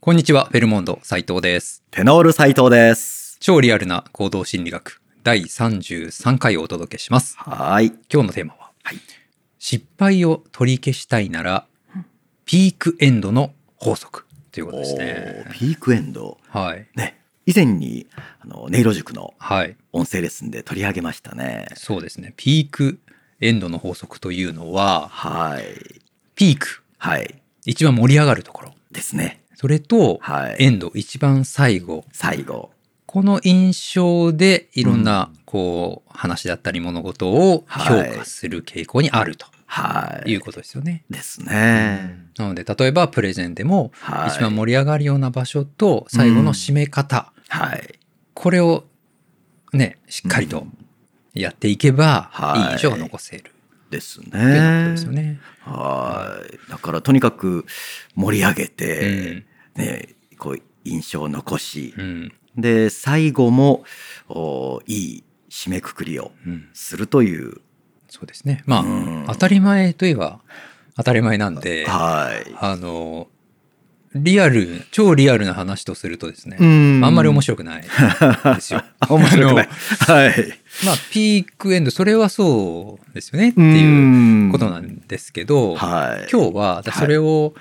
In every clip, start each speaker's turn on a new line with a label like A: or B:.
A: こんにちは、フェルモンド斉藤です。
B: テノール斉藤です。
A: 超リアルな行動心理学第33回をお届けします。
B: はーい。
A: 今日のテーマは、
B: はい
A: 失敗を取り消したいなら、ピークエンドの法則ということです
B: おー
A: ね。
B: ピークエンド。
A: はい。
B: ね。以前に、あの、ネイロ塾の
A: はい。
B: 音声レッスンで取り上げましたね。
A: そうですね。ピークエンドの法則というのは、
B: はい。
A: ピーク、
B: はい。
A: 一番盛り上がるところ。
B: ですね。
A: それと、
B: はい。
A: エンド、一番最後。
B: 最後。
A: この印象でいろんな、こう、話だったり物事を評
B: はい
A: 価する傾向にあると
B: はいい。
A: うことですよね。
B: ですね。
A: なので、例えばプレゼンでも、
B: はい。
A: 一番盛り上がるような場所と最後の締め方、
B: はい。
A: これをね、しっかりとやっていけば、
B: はい
A: いい印象が残せる
B: です
A: ということで
B: ね
A: す。よね。
B: はい。だから、とにかく盛り上げ
A: う
B: て、
A: ん
B: ね、こう、印象を残し
A: う、ん
B: で、最後も、おいい締めくくりを
A: うん、
B: するという
A: そうですね。まあ、
B: うん
A: 当たり前といえば当たり前なんで、
B: はい。
A: あの、リアル、超リアルな話とするとですね、
B: ん
A: あんまり面白
B: 白
A: くないですよ。
B: 面白くない。
A: あ
B: はい。
A: のまあ、ピークエンド、それはそうですよねっていう
B: い
A: ことなんですけど、
B: はい。
A: 今日はそれを、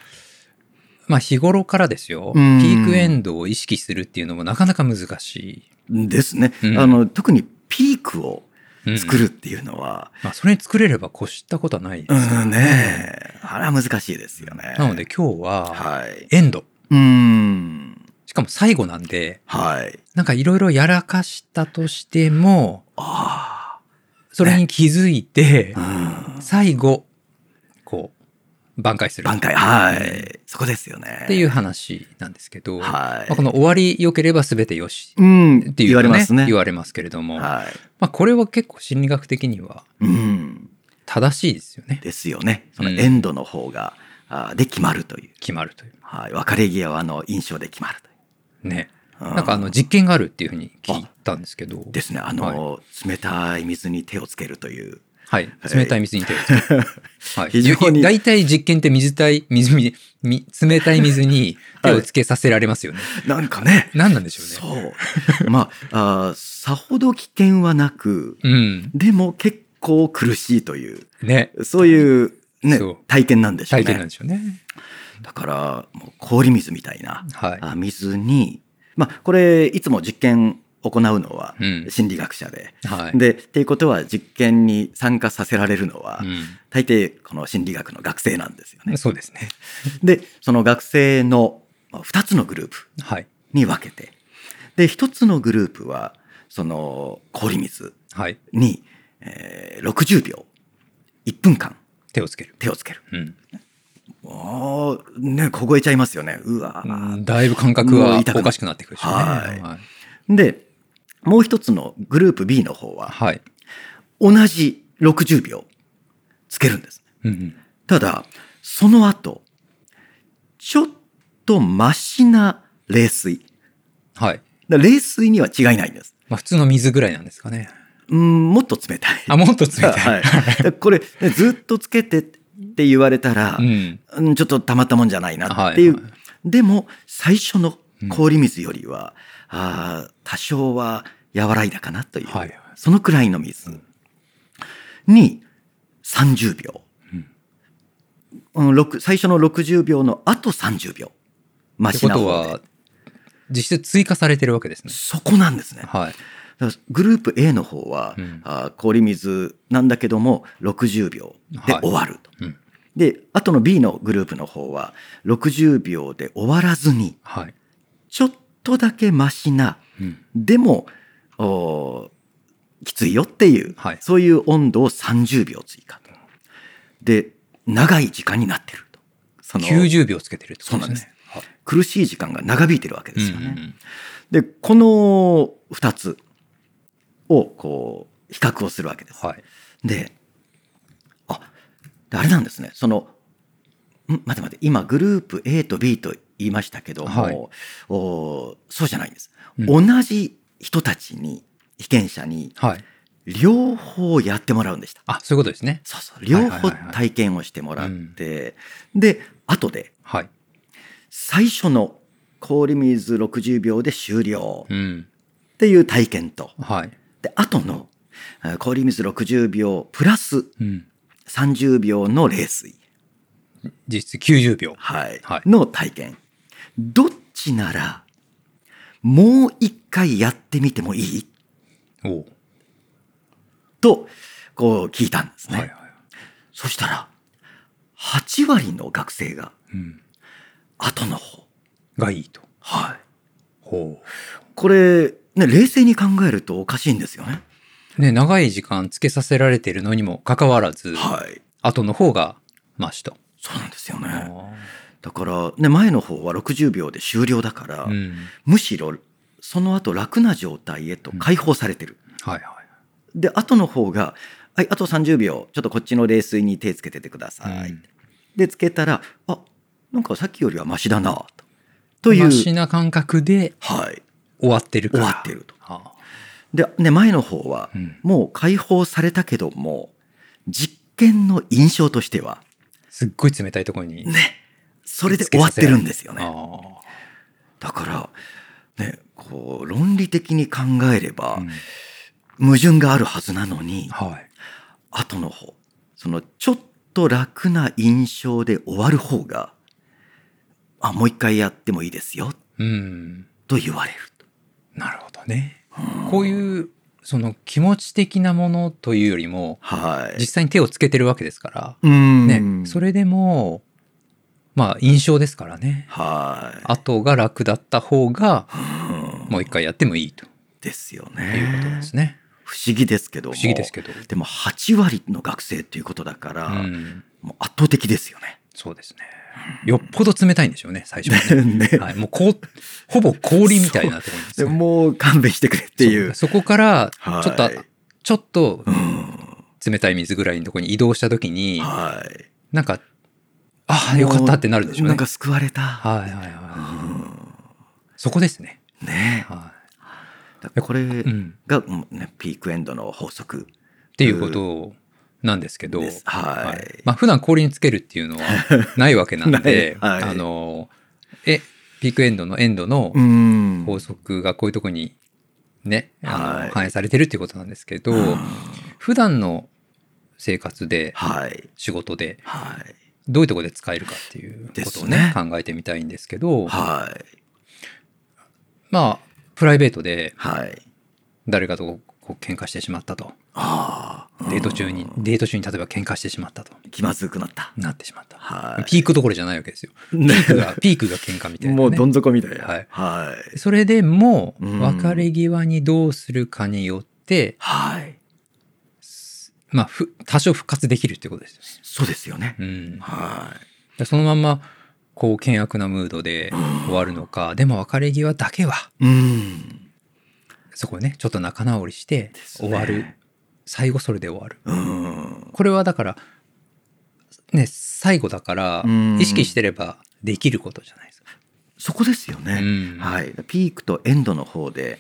A: まあ日頃からですよ、ピ
B: うん
A: ークエンドを意識するっていうのもなかなか難し
B: ですね。
A: うん
B: あの、特にピークを
A: い。うん
B: 作るっていうのは、
A: まあそれに作れれば越したことはないです
B: う
A: から
B: ん、ねえあれは難しいですよね。
A: なので、今日は
B: はい。
A: エンド。
B: うん。
A: しかも最後なんで、
B: はい。
A: なんかいろいろやらかしたとしても、
B: あ
A: それに気づいて、
B: あ。うん。
A: 最後、こう、挽回する。
B: 挽回。は
A: うん
B: い。そこですよね。
A: っていう。話なんですけど、
B: はい
A: まあ、この終わり良ければ全て良し
B: うん。っ
A: っていう
B: 言われ
A: のね
B: ますね。
A: 言われますけれども、
B: は。
A: まあ、これは結構心理学的にはい
B: うん。
A: 正しいですよね。
B: ですよね。その
A: うん
B: エンドの方が、あで決まるという。
A: 決まるという。
B: はい。別れ際は、あの、印象で決まるという。
A: ね。
B: な
A: なんかあの実験があるっていうふうに聞いたんですけど、
B: ですねあの、冷たい水に手をつけるという
A: はい。
B: はい
A: 冷たい水に手をつける。はい。
B: 非常に
A: 大体実験って水たい、水に、み 冷たい水 に手をつけさせられますよね。
B: なんかね
A: 何なんでしょうね。
B: そうまああーさほど危険はなく
A: うん。
B: でも結構苦しいという
A: ね。
B: そういう,、ね
A: そう、
B: 体験なんでしょう
A: 体験なん
B: ね
A: でしょうね。
B: だからもう氷水みたいな、
A: はい。
B: あ水にまあこれいつも実験行うのは
A: うん
B: 心理学者で、
A: はい。
B: でっていうことは実験に参加させられるのは、大抵この心理学の学生なんですよ
A: う
B: ね
A: ん。。そうですね。
B: でその学生の2つのグループ
A: はい。
B: に分けてで1つのグループはその氷水
A: はい。
B: に、えー60秒1分間
A: 手をつける。
B: 手をつける
A: うん。
B: おーね凍えちゃいますよねうわー
A: だいぶ感覚
B: も
A: は
B: う痛くな
A: お
B: る
A: かしくなってくるでしょうね。
B: はい
A: はい。
B: でもう1つのグループ B の方は
A: はい。
B: 同じ60秒つけるんです
A: うん
B: ただその後ちょっとマシな冷水
A: はい。
B: だから冷水には違いないんです
A: まあ普通の水ぐらいなんですかね。
B: うんもっと冷たい
A: あ、もっと冷たい。
B: はい、これねずっとつけてって言われたら
A: う、ん。
B: うん、ちょっとたまったもんじゃないなっていう、
A: はいは
B: でも最初の氷水よりは、あー多少は和らいだかなという、
A: はいはい
B: そのくらいの水に30秒、うん、ろく最初の60秒のあと30秒マ
A: って
B: シ
A: こ
B: な
A: と
B: 方
A: は
B: で、
A: 実質追加されてるわけですね。
B: そこなんですね。
A: はい。
B: だからグループ A の方は、
A: うん
B: あー氷水なんだけども60秒で終わると、
A: うん
B: で後の B のグループの方は60秒で終わらずに
A: はい。
B: ちょっとだけマシな
A: うん。
B: でもおーきついよっていう、
A: はい
B: そういう温度を30秒追加とで長い時間になってるとその
A: 90秒つけてるってことですね。
B: 苦しい時間が長引いてるわけですよね。
A: うんうんうん
B: でこの2つをこう比較をするわけです。
A: はい。
B: であであれなんですねそのん待って待って今グループ A と B と言いましたけども、
A: はい
B: おそうじゃないんです、
A: う
B: 同じ人たちに被験者に
A: はい。
B: 両方やってもらうんでした
A: あ、そういうことですね。
B: そうそう
A: はい
B: 両
A: はいは
B: 方
A: いはい
B: 体験をしてもらって、で後で
A: はい。
B: 最初の氷水60秒で終了
A: うん。
B: っていう体験と、
A: はい。
B: で、後のえー氷水60秒プラス
A: うん。
B: 30秒の冷水、
A: 実質90秒。
B: はい
A: はい
B: の体験。どっちなら、もう一回やってみてもいい
A: おう
B: と、こう聞いたんですね。
A: はいはい。
B: そしたら、8割の学生が、
A: うん。
B: 後の方。
A: がいいと。
B: はい。
A: ほ
B: これ、ね、冷静に考えるとおかしいんですよね。
A: う。ね、長い時間つけさせられてるのにもかかわらず、
B: はい。
A: 後の方がマシと。
B: そうなんですよ
A: あ
B: ね。
A: ー
B: だから、ね、前の方は60秒で終了だから、
A: うん。
B: むしろ、その後楽な状態へと解放されてる。
A: はいはい。
B: で、後の方が、はい、あと30秒、ちょっとこっちの冷水に手つけててください。
A: うん
B: で、つけたら、あ、なんかさっきよりはマシだな、ととい
A: マシ
B: う、
A: な感覚で
B: はい、
A: 終わってるか
B: 終
A: ら。
B: わってると。
A: はあ
B: で、ね、前の方は、
A: うん
B: もう解放されたけども、実験の印象としては、
A: すっごい冷たいところに。
B: ね、それで終わってるんですよ
A: あ
B: ね。
A: ー
B: だから、ね、こう、論理的に考えれば
A: う、ん
B: 矛盾があるはずなのに、
A: はい。
B: 後の方、その、ちょっと楽な印象で終わる方が、あ、もう一回やってもいいですよ、
A: うん。
B: と言われると。
A: なるほどね。こういう、その気持ち的なものというよりも、
B: はい。
A: 実際に手をつけてるわけですから、
B: うん
A: ね、それでも、まあ印象ですからね。
B: はい。
A: 後が楽だった方が、
B: うん
A: もう一回やってもいいと
B: ですよ
A: いうことで
B: ね。
A: すね。
B: 不思議ですけども。
A: 不思議ですけど。
B: でも8割の学生ということだから、
A: うん。
B: もう圧倒的ですよね。
A: そうですね。よっぽど冷たいんでしょうね、最初はね。
B: ね
A: はい、もうこう、ほぼ氷みたいなところです
B: で
A: ね、
B: もう勘弁してくれっていう。
A: そそこから、
B: はい
A: ちょっと、ちょっと
B: うん
A: 冷たい水ぐらいのところに移動したときに、
B: はい。
A: なんか、ああ、よかったってなるでしょうね。
B: なんか救われた。
A: はいはい
B: うん
A: はい。そこですね。
B: ね
A: は
B: だからこれ
A: い。うん。
B: が、うんね、ピークエンドの法則
A: っていうことなんですけど、
B: です。はい。、
A: はいまあ普段氷につけるっていうのはないわけなんで
B: ないはい
A: あの、え、ピークエンドのエンドの
B: うん。
A: 法則がこういうとこにね、あの
B: はい
A: 反映されてるっていうことなんですけど、
B: うん
A: 普段の生活で、
B: はい。
A: 仕事で、
B: はい。
A: どういうところで使えるかっていうことをね
B: です
A: 考えてみたいんですけど、
B: はい。
A: まあ、プライベートで
B: はい。
A: 誰かとこう喧嘩してしまったと。
B: ああ。
A: デート中に、デート中に例えば喧嘩してしまったと。
B: 気まずくなった。
A: なってしまった。
B: はい。
A: ピークどころじゃないわけですよ。
B: ね
A: ピークが、ピークが喧嘩みたいな、ね。
B: もうどん底みたいな。
A: はい
B: はい。
A: それでも、
B: うん
A: 別れ際にどうするかによって、
B: はい。
A: まあ、ふ多少復活できるってことですよね。
B: そうですよね。
A: うん、だか
B: はい。
A: らそのまんま、こう、険悪なムード で終わるのか、でも別れ際だけは、
B: うん。
A: そこね、ちょっと仲直りして、
B: すね
A: 終わる。最後それで終わる。
B: うん。
A: これはだから、ね、最後だから
B: うん、
A: 意識してればできることじゃないですか。
B: そこですよね。
A: うん
B: はい。ピークとエンドの方で、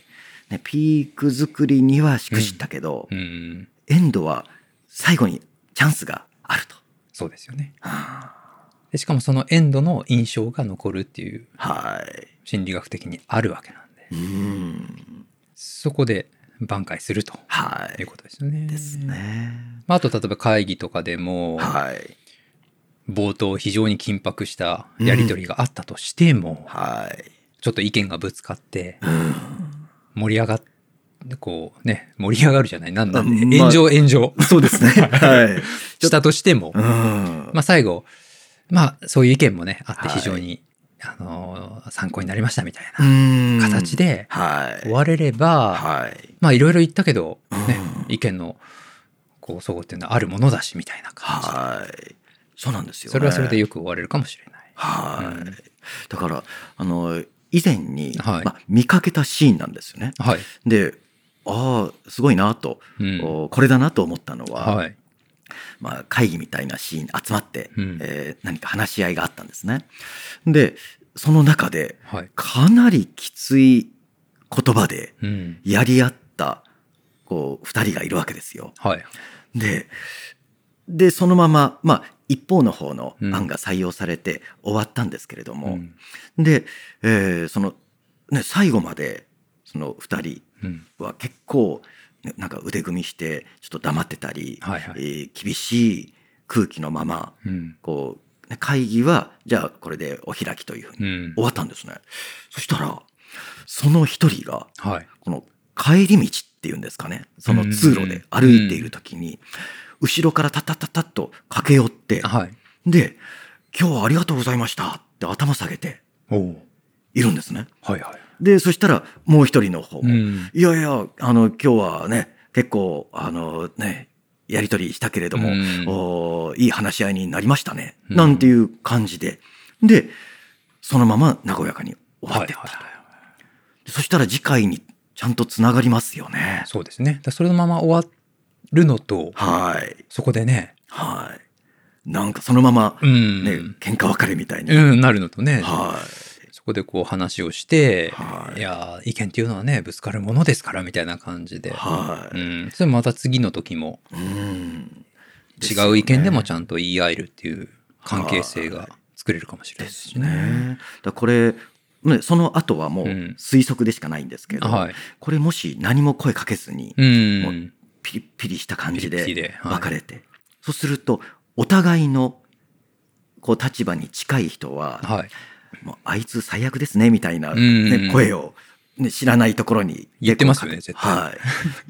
B: ね、ピーク作りにはしくじったけど、
A: うん、
B: エンドは最後にチャンスがあると。
A: そうですよね。でしかもそのエンドの印象が残るっていう
B: はい。
A: 心理学的にあるわけなんで、
B: うん。
A: そこで挽回すると
B: は
A: いう
B: い。
A: ことですよね。
B: ですね。
A: まあ、あと例えば会議とかでも、
B: はい。
A: 冒頭非常に緊迫したやり取りがあったとしても、
B: はい。
A: ちょっと意見がぶつかって、
B: ん
A: 盛り上がっこうね、盛り上がるじゃない、なんなんで、
B: あまあ
A: 炎上炎上
B: そうですね。はい。
A: したとしても、
B: うん。
A: まあ最後、まあそういう意見もね、あって
B: はい
A: 非常に、あのー参考になりましたみたいな
B: うん
A: 形。で
B: はい。
A: 終われれば、
B: はい。
A: まあいろいろ言ったけど、ね、意見のこう相互っていうのはあるものだしみたいな感じで、
B: はい。そうなんですよ、ね。
A: それはそれでよく終われるかもしれない。
B: はい、
A: うん
B: だからあの以前に、
A: はい
B: まあ、見かけたシーンなんですよね。
A: はい。
B: でああすごいなと、
A: うん
B: おこれだなと思ったのは、
A: はい。
B: まあ、会議みたいなシーン集まって、
A: うん
B: えー何か話し合いがあったんですね。でその中で
A: はい。
B: かなりきつい言葉で
A: うん。
B: やり合ったこう2人がいるわけですよ。
A: はい。
B: ででそのまま、まあ、一方の方の
A: うん
B: 案が採用されて終わったんですけれども、
A: うん
B: で、えーその、ね、最後までその2人
A: うん
B: は結構ねなんか腕組みしてちょっと黙ってたり、
A: はいはい
B: えー厳しい空気のまま
A: うん
B: こうね会議はじゃあこれでお開きというふう
A: う
B: に
A: ん
B: 終わったんですね。そしたらその一人が
A: はい
B: この帰り道っていうんですかねその通路で歩いている時に後ろからタタタタッと駆け寄って
A: はい
B: で「今日はありがとうございました」って頭下げて
A: おお
B: いるんですね。
A: はいはい
B: でそしたらもう一人の方も
A: うん
B: いやいや、あの、今日はね、結構、あのね、やりとりしたけれども、
A: うん
B: おーいい話し合いになりましたね、
A: うん
B: なんていう感じで。で、そのまま和やかに終わってった、
A: はいはい
B: そしたら次回にちゃんとつながりますよね。
A: そうですねだからそれのまま終わるのと
B: はい。
A: そこでね
B: はい。なんかそのまま、
A: う
B: ね、
A: ん、
B: 喧嘩別れみたいに。
A: うん、なるのとね、
B: はい。
A: そこでこう話をして、
B: はい
A: い、やー意見っていうのはねぶつかるものですからみたいな感じで、
B: は
A: う
B: い。
A: ん、それまた次の時も
B: うん。
A: 違う意見でもち
B: ゃん
A: ゃんと言い合えるっていう関係性が作れるかもしれない
B: で
A: ですすね。
B: ね。だからこれ、ね、その後はもう
A: うん
B: 推測でしかないんですけど、
A: はい。
B: これもし何も声かけずに、
A: うん。
B: ピリッピリした感じ
A: ピリピリ
B: で
A: ではい
B: 別れて、そうするとお互いのこう立場に近い人は、
A: はい。
B: もうあいつ最悪ですねみたいな、
A: うんうん
B: ね、声を、ね、知らないところに
A: 言ってますよね絶対
B: はい、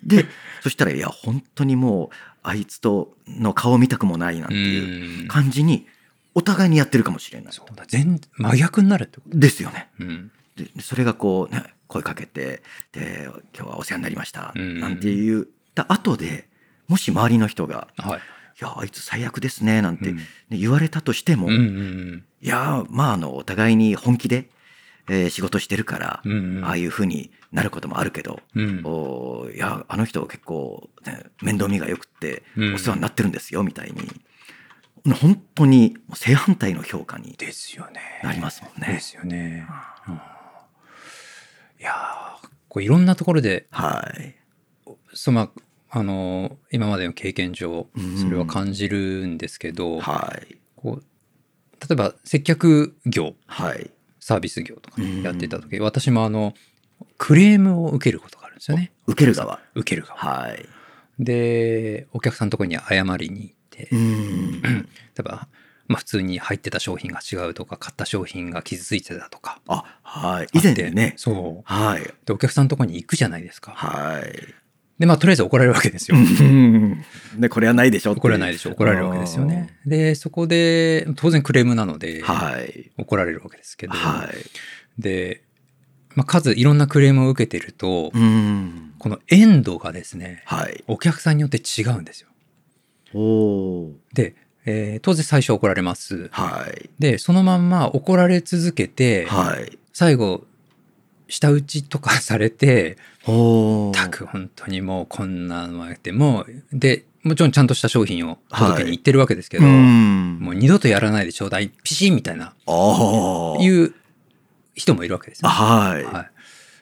B: で そしたらいや本当にもうあいつとの顔見たくもないなんて
A: う。
B: いうん感じにお互いにやってるかもしれない。
A: そうだ。全真逆になるってこ
B: ですよね。
A: と。うん。
B: でそれがこう、ね、声かけてで「今日はお世話になりました」
A: うん
B: なんて言った後でもし周りの人が
A: はい。
B: 「いやあいつ最悪ですね」なんて、
A: うん
B: ね言われたとしても「
A: うん
B: い
A: うん
B: やまああのお互いに本気で、えー仕事してるから、
A: うん。うんうん。
B: ああいうふうになることもあるけど、
A: うん。
B: おいやあの人結構、ね、面倒見がよくって
A: うん
B: お世話になってるんですよ」みたいに本当に正反対の評価に
A: ですよね。
B: なりますもん
A: で
B: ね。
A: すよね。うんいやーこういろんなところで、
B: はい、
A: そうまあ、あのー今までの経験上
B: うん、
A: それは感じるんですけど、
B: はい、
A: こう例えば接客業、
B: はい
A: サービス業とかね
B: うん
A: やってた時、私もあのクレームを受けることがあるんですよね
B: 受ける側
A: 受ける側
B: はい。
A: でお客さんのところに謝りに行って例
B: ん。
A: えば、まあ、普通に入ってた商品が違うとか買った商品が傷ついてたとか
B: あ、はい。以前ね。
A: そう
B: はい。
A: でお客さんのところに行くじゃないですか
B: はい。
A: でまあとりあえず怒られるわけですよ
B: ね、これはないでしょっていう
A: 怒られないでしょ怒られるわけですよねでそこで当然クレームなので
B: はい。
A: 怒られるわけですけど、
B: はい。
A: で、まあ、数いろんなクレームを受けてると、
B: うん。
A: このエンドがですね、
B: はい。
A: お客さんによって違うんですよ。
B: おお。
A: で、えー当然最初怒られます。
B: はい。
A: で、そのまんま怒られ続けて、
B: はい。
A: 最後、舌打ちとかされて、
B: おお。
A: たく本当にもうこんなのやってもう、で、もちろんちゃんとした商品を届けに行ってるわけですけ
B: う
A: ど、
B: ん。
A: もう二度とやらないでちょうだい、ピシーみたいな、
B: ああ。。
A: いうう人もいるわけですよ。
B: はい。
A: はい。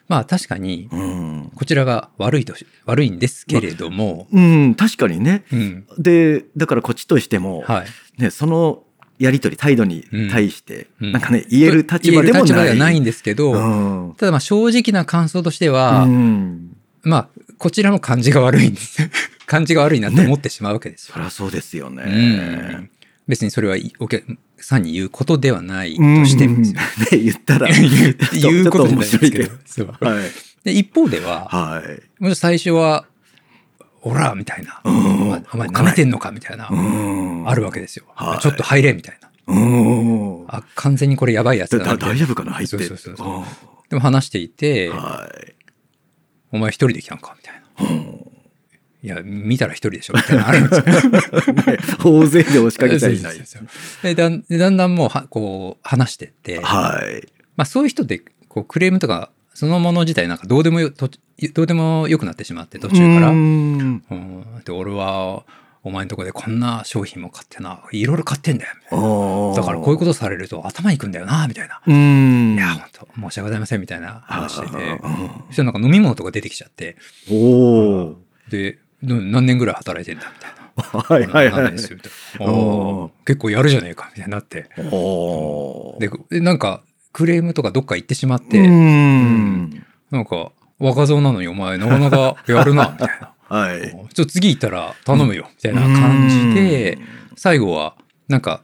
A: まあ確かに、
B: うん。
A: こちらが悪いとし、悪いんですけれども、
B: うん、確かにね。
A: うん。
B: で、だからこっちとしても、
A: はい。
B: ね、そのやりとり、態度に対して、
A: うん
B: なんかね、言える立場でもない。
A: 言える立場ではないんですけど、
B: うん。
A: ただまあ正直な感想としては、
B: うん
A: まあこちらの感じが悪いん です。感じが悪いなって思ってしまうわけですよ。
B: そりゃそうですよね。
A: うん、別にそれはいお客さんに言うことではないと
B: うん
A: して
B: うん
A: ですよ、
B: ね言った ら
A: 言う
B: ちょ
A: 言うことじゃないですけ
B: ちょっ
A: ど
B: と面
A: そ
B: 白い
A: う
B: けどはい
A: で一方では
B: はい
A: もう最初は「オラ!」みたいな「
B: うん
A: お前お前舐めてんのか」みたいな、
B: うん
A: あるわけですよ、
B: はい
A: ちょっと入れ」みたいな
B: うん
A: あ完全にこれやばいやつ
B: だ
A: だな
B: だ
A: みたい
B: 大
A: な
B: 丈夫かな入って
A: そうそうそうそう
B: うん
A: でも話していて
B: はい
A: 「お前一人で来たんか」みたいな「いや見たら一人でしょ」みたいなのあるんですよ
B: ね大勢で押しかけちゃいない
A: そうそうそうでだんでだんだんもうはこう話してって、
B: はい
A: まあ、そういう人ってこうクレームとかそのもの自体なんかどうでもよとどうでもよくなってしまって途中から「
B: うん
A: うんで俺はお前のとこでこんな商品も買ってないろいろ買ってんだよ」みたいな
B: おー
A: だからこういうことされると頭いくんだよなみたいな「
B: うん
A: いや本当申し訳ございません」みたいな話してて
B: あ
A: そしたらなんか飲み物とか出てきちゃって
B: ーうんおー
A: でど何年ぐらい働いてんだみたいな
B: はいはい
A: な
B: は
A: ん
B: い
A: で。すよみたいなおー結構やるじゃねえかみたいになって
B: おー
A: ででなんかクレームとかどっか行ってしまっ
B: う
A: て、
B: ーん。
A: なんか若造なのにお前なかなかやるなみたい な
B: はい。
A: ちょっと次行ったら頼むよみたいな感じで最後はなんか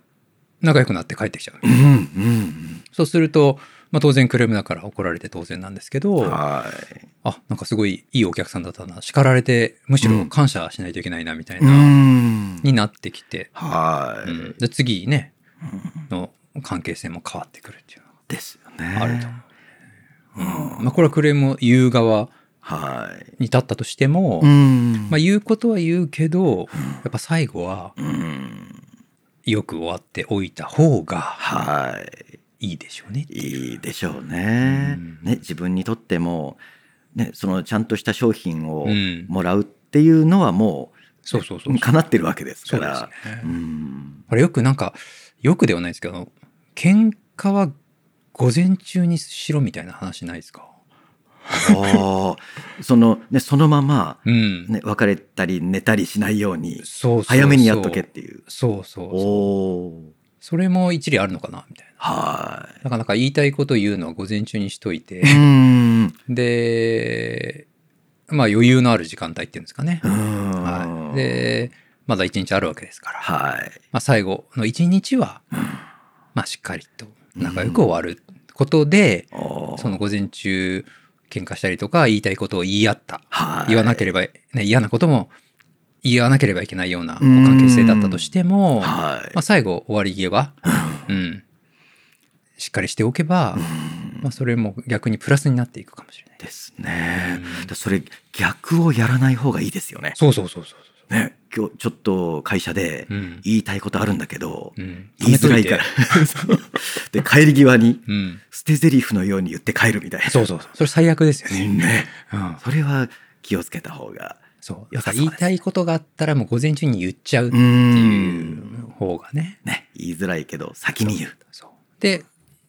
A: 仲良くなって帰ってきちゃう
B: うん。うん。
A: そうすると、まあ、当然クレームだから怒られて当然なんですけど、
B: うん。はい。
A: あなんかすごいいいお客さんだったな叱られてむしろ感謝しないといけないなみたいうな、
B: ん。
A: になってきて、
B: は
A: う
B: い。
A: ん、で次ねの関係性も変わってくるっていうの
B: ですよね。
A: があると、うんまあ、これはクレームを言う側
B: は
A: に
B: い。
A: 立ったとしても、
B: ん
A: まあ、言うことは言うけどやっぱ最後は
B: うん。
A: よく終わっておいた方が
B: はい
A: いいでしょうね。
B: い。いいでしょうね
A: うん。
B: ね、自分にとっても、ね、そのちゃんとした商品を
A: うん
B: もらうっていうのはも
A: そうそうそう
B: う、叶ってるわけです
A: そ
B: か
A: うで
B: ら。
A: すね。
B: うん。
A: これよくなんかよくではないですけど喧嘩は午前中にしろみたいな話ないですか
B: おーその、ね、そのまま、
A: うん、
B: ね、別れたり寝たりしないよう
A: そ
B: に、
A: うそうそう
B: 早めにやっとけっていう。
A: そうそうそう
B: おお。
A: それも一理あるのかなみたい
B: は
A: ななかなか言いたいこと言うのは午前中にしといて
B: い。うん。うん。
A: でまあ余裕のある時間帯っていうんですかね、はい、でまだ一日あるわけですから、
B: はい。
A: まあ、最後の一日は、まあ、しっかりと仲良く終わることで、
B: おー
A: その午前中喧嘩したりとか言いたいことを言い合った、
B: はい
A: 言わなければ、ね、嫌なことも言わなければいけないような関係性だったとしても、ま
B: はい。
A: あ、最後終わり際は、うん、しっかりしておけば、まあ、それも逆にプラスになっていくかもしれない。
B: ですね。だそれ逆をやらない方がいいですよね。
A: そうそうそうそうそ
B: ね今日ちょっと会社で
A: う。うん。
B: 言いたいことあるんだけど、
A: うん、
B: 言いづらいから。そう で帰り際に
A: うん。
B: 捨て台詞のように言って帰るみたいな。
A: そうそうそう。それ最悪ですよね。
B: ね。
A: うん。
B: それは気をつけた方が。
A: そう。
B: 良
A: だ
B: さ
A: か
B: そう
A: ら
B: です
A: 言いたいことがあったらもう午前中に言っちゃうってい
B: ん。
A: う方がね。
B: ね言いづらいけど先に言う。
A: そう。で、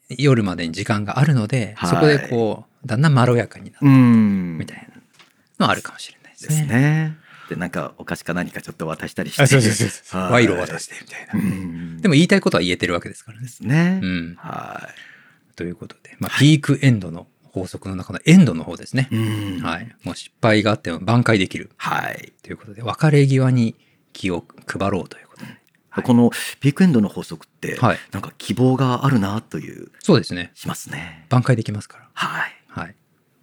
A: 夜までに時間があるので、
B: はい
A: そこでこう、だんだんまろやかになる
B: うん
A: みたいなのはあるかもしれないです
B: です
A: ね。
B: ね。でなんかお菓子か何かちょっと渡したりして。
A: あそうそうそうそう。
B: はい
A: 賄賂を渡してみたいな。
B: うん
A: でも言いたいことは言えてるわけですからね
B: で。すね。
A: うん。
B: は
A: ということで、まあ、ピークエンドの法則の中のエンドの方ですね
B: い。。うん
A: はい。もう失敗があっても挽回できる
B: はい。
A: ということで、別れ際に気を配ろうということで。
B: このピークエンドの法則って、
A: はい
B: なんか希望があるなという
A: そうですね。
B: しますね。
A: 挽回できますから。
B: はい。
A: はい。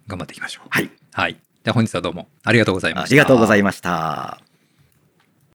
A: 頑張っていきましょう。
B: はい。
A: はい。では本日はどうもありがとうございま
B: あ
A: した。
B: りがとうございました。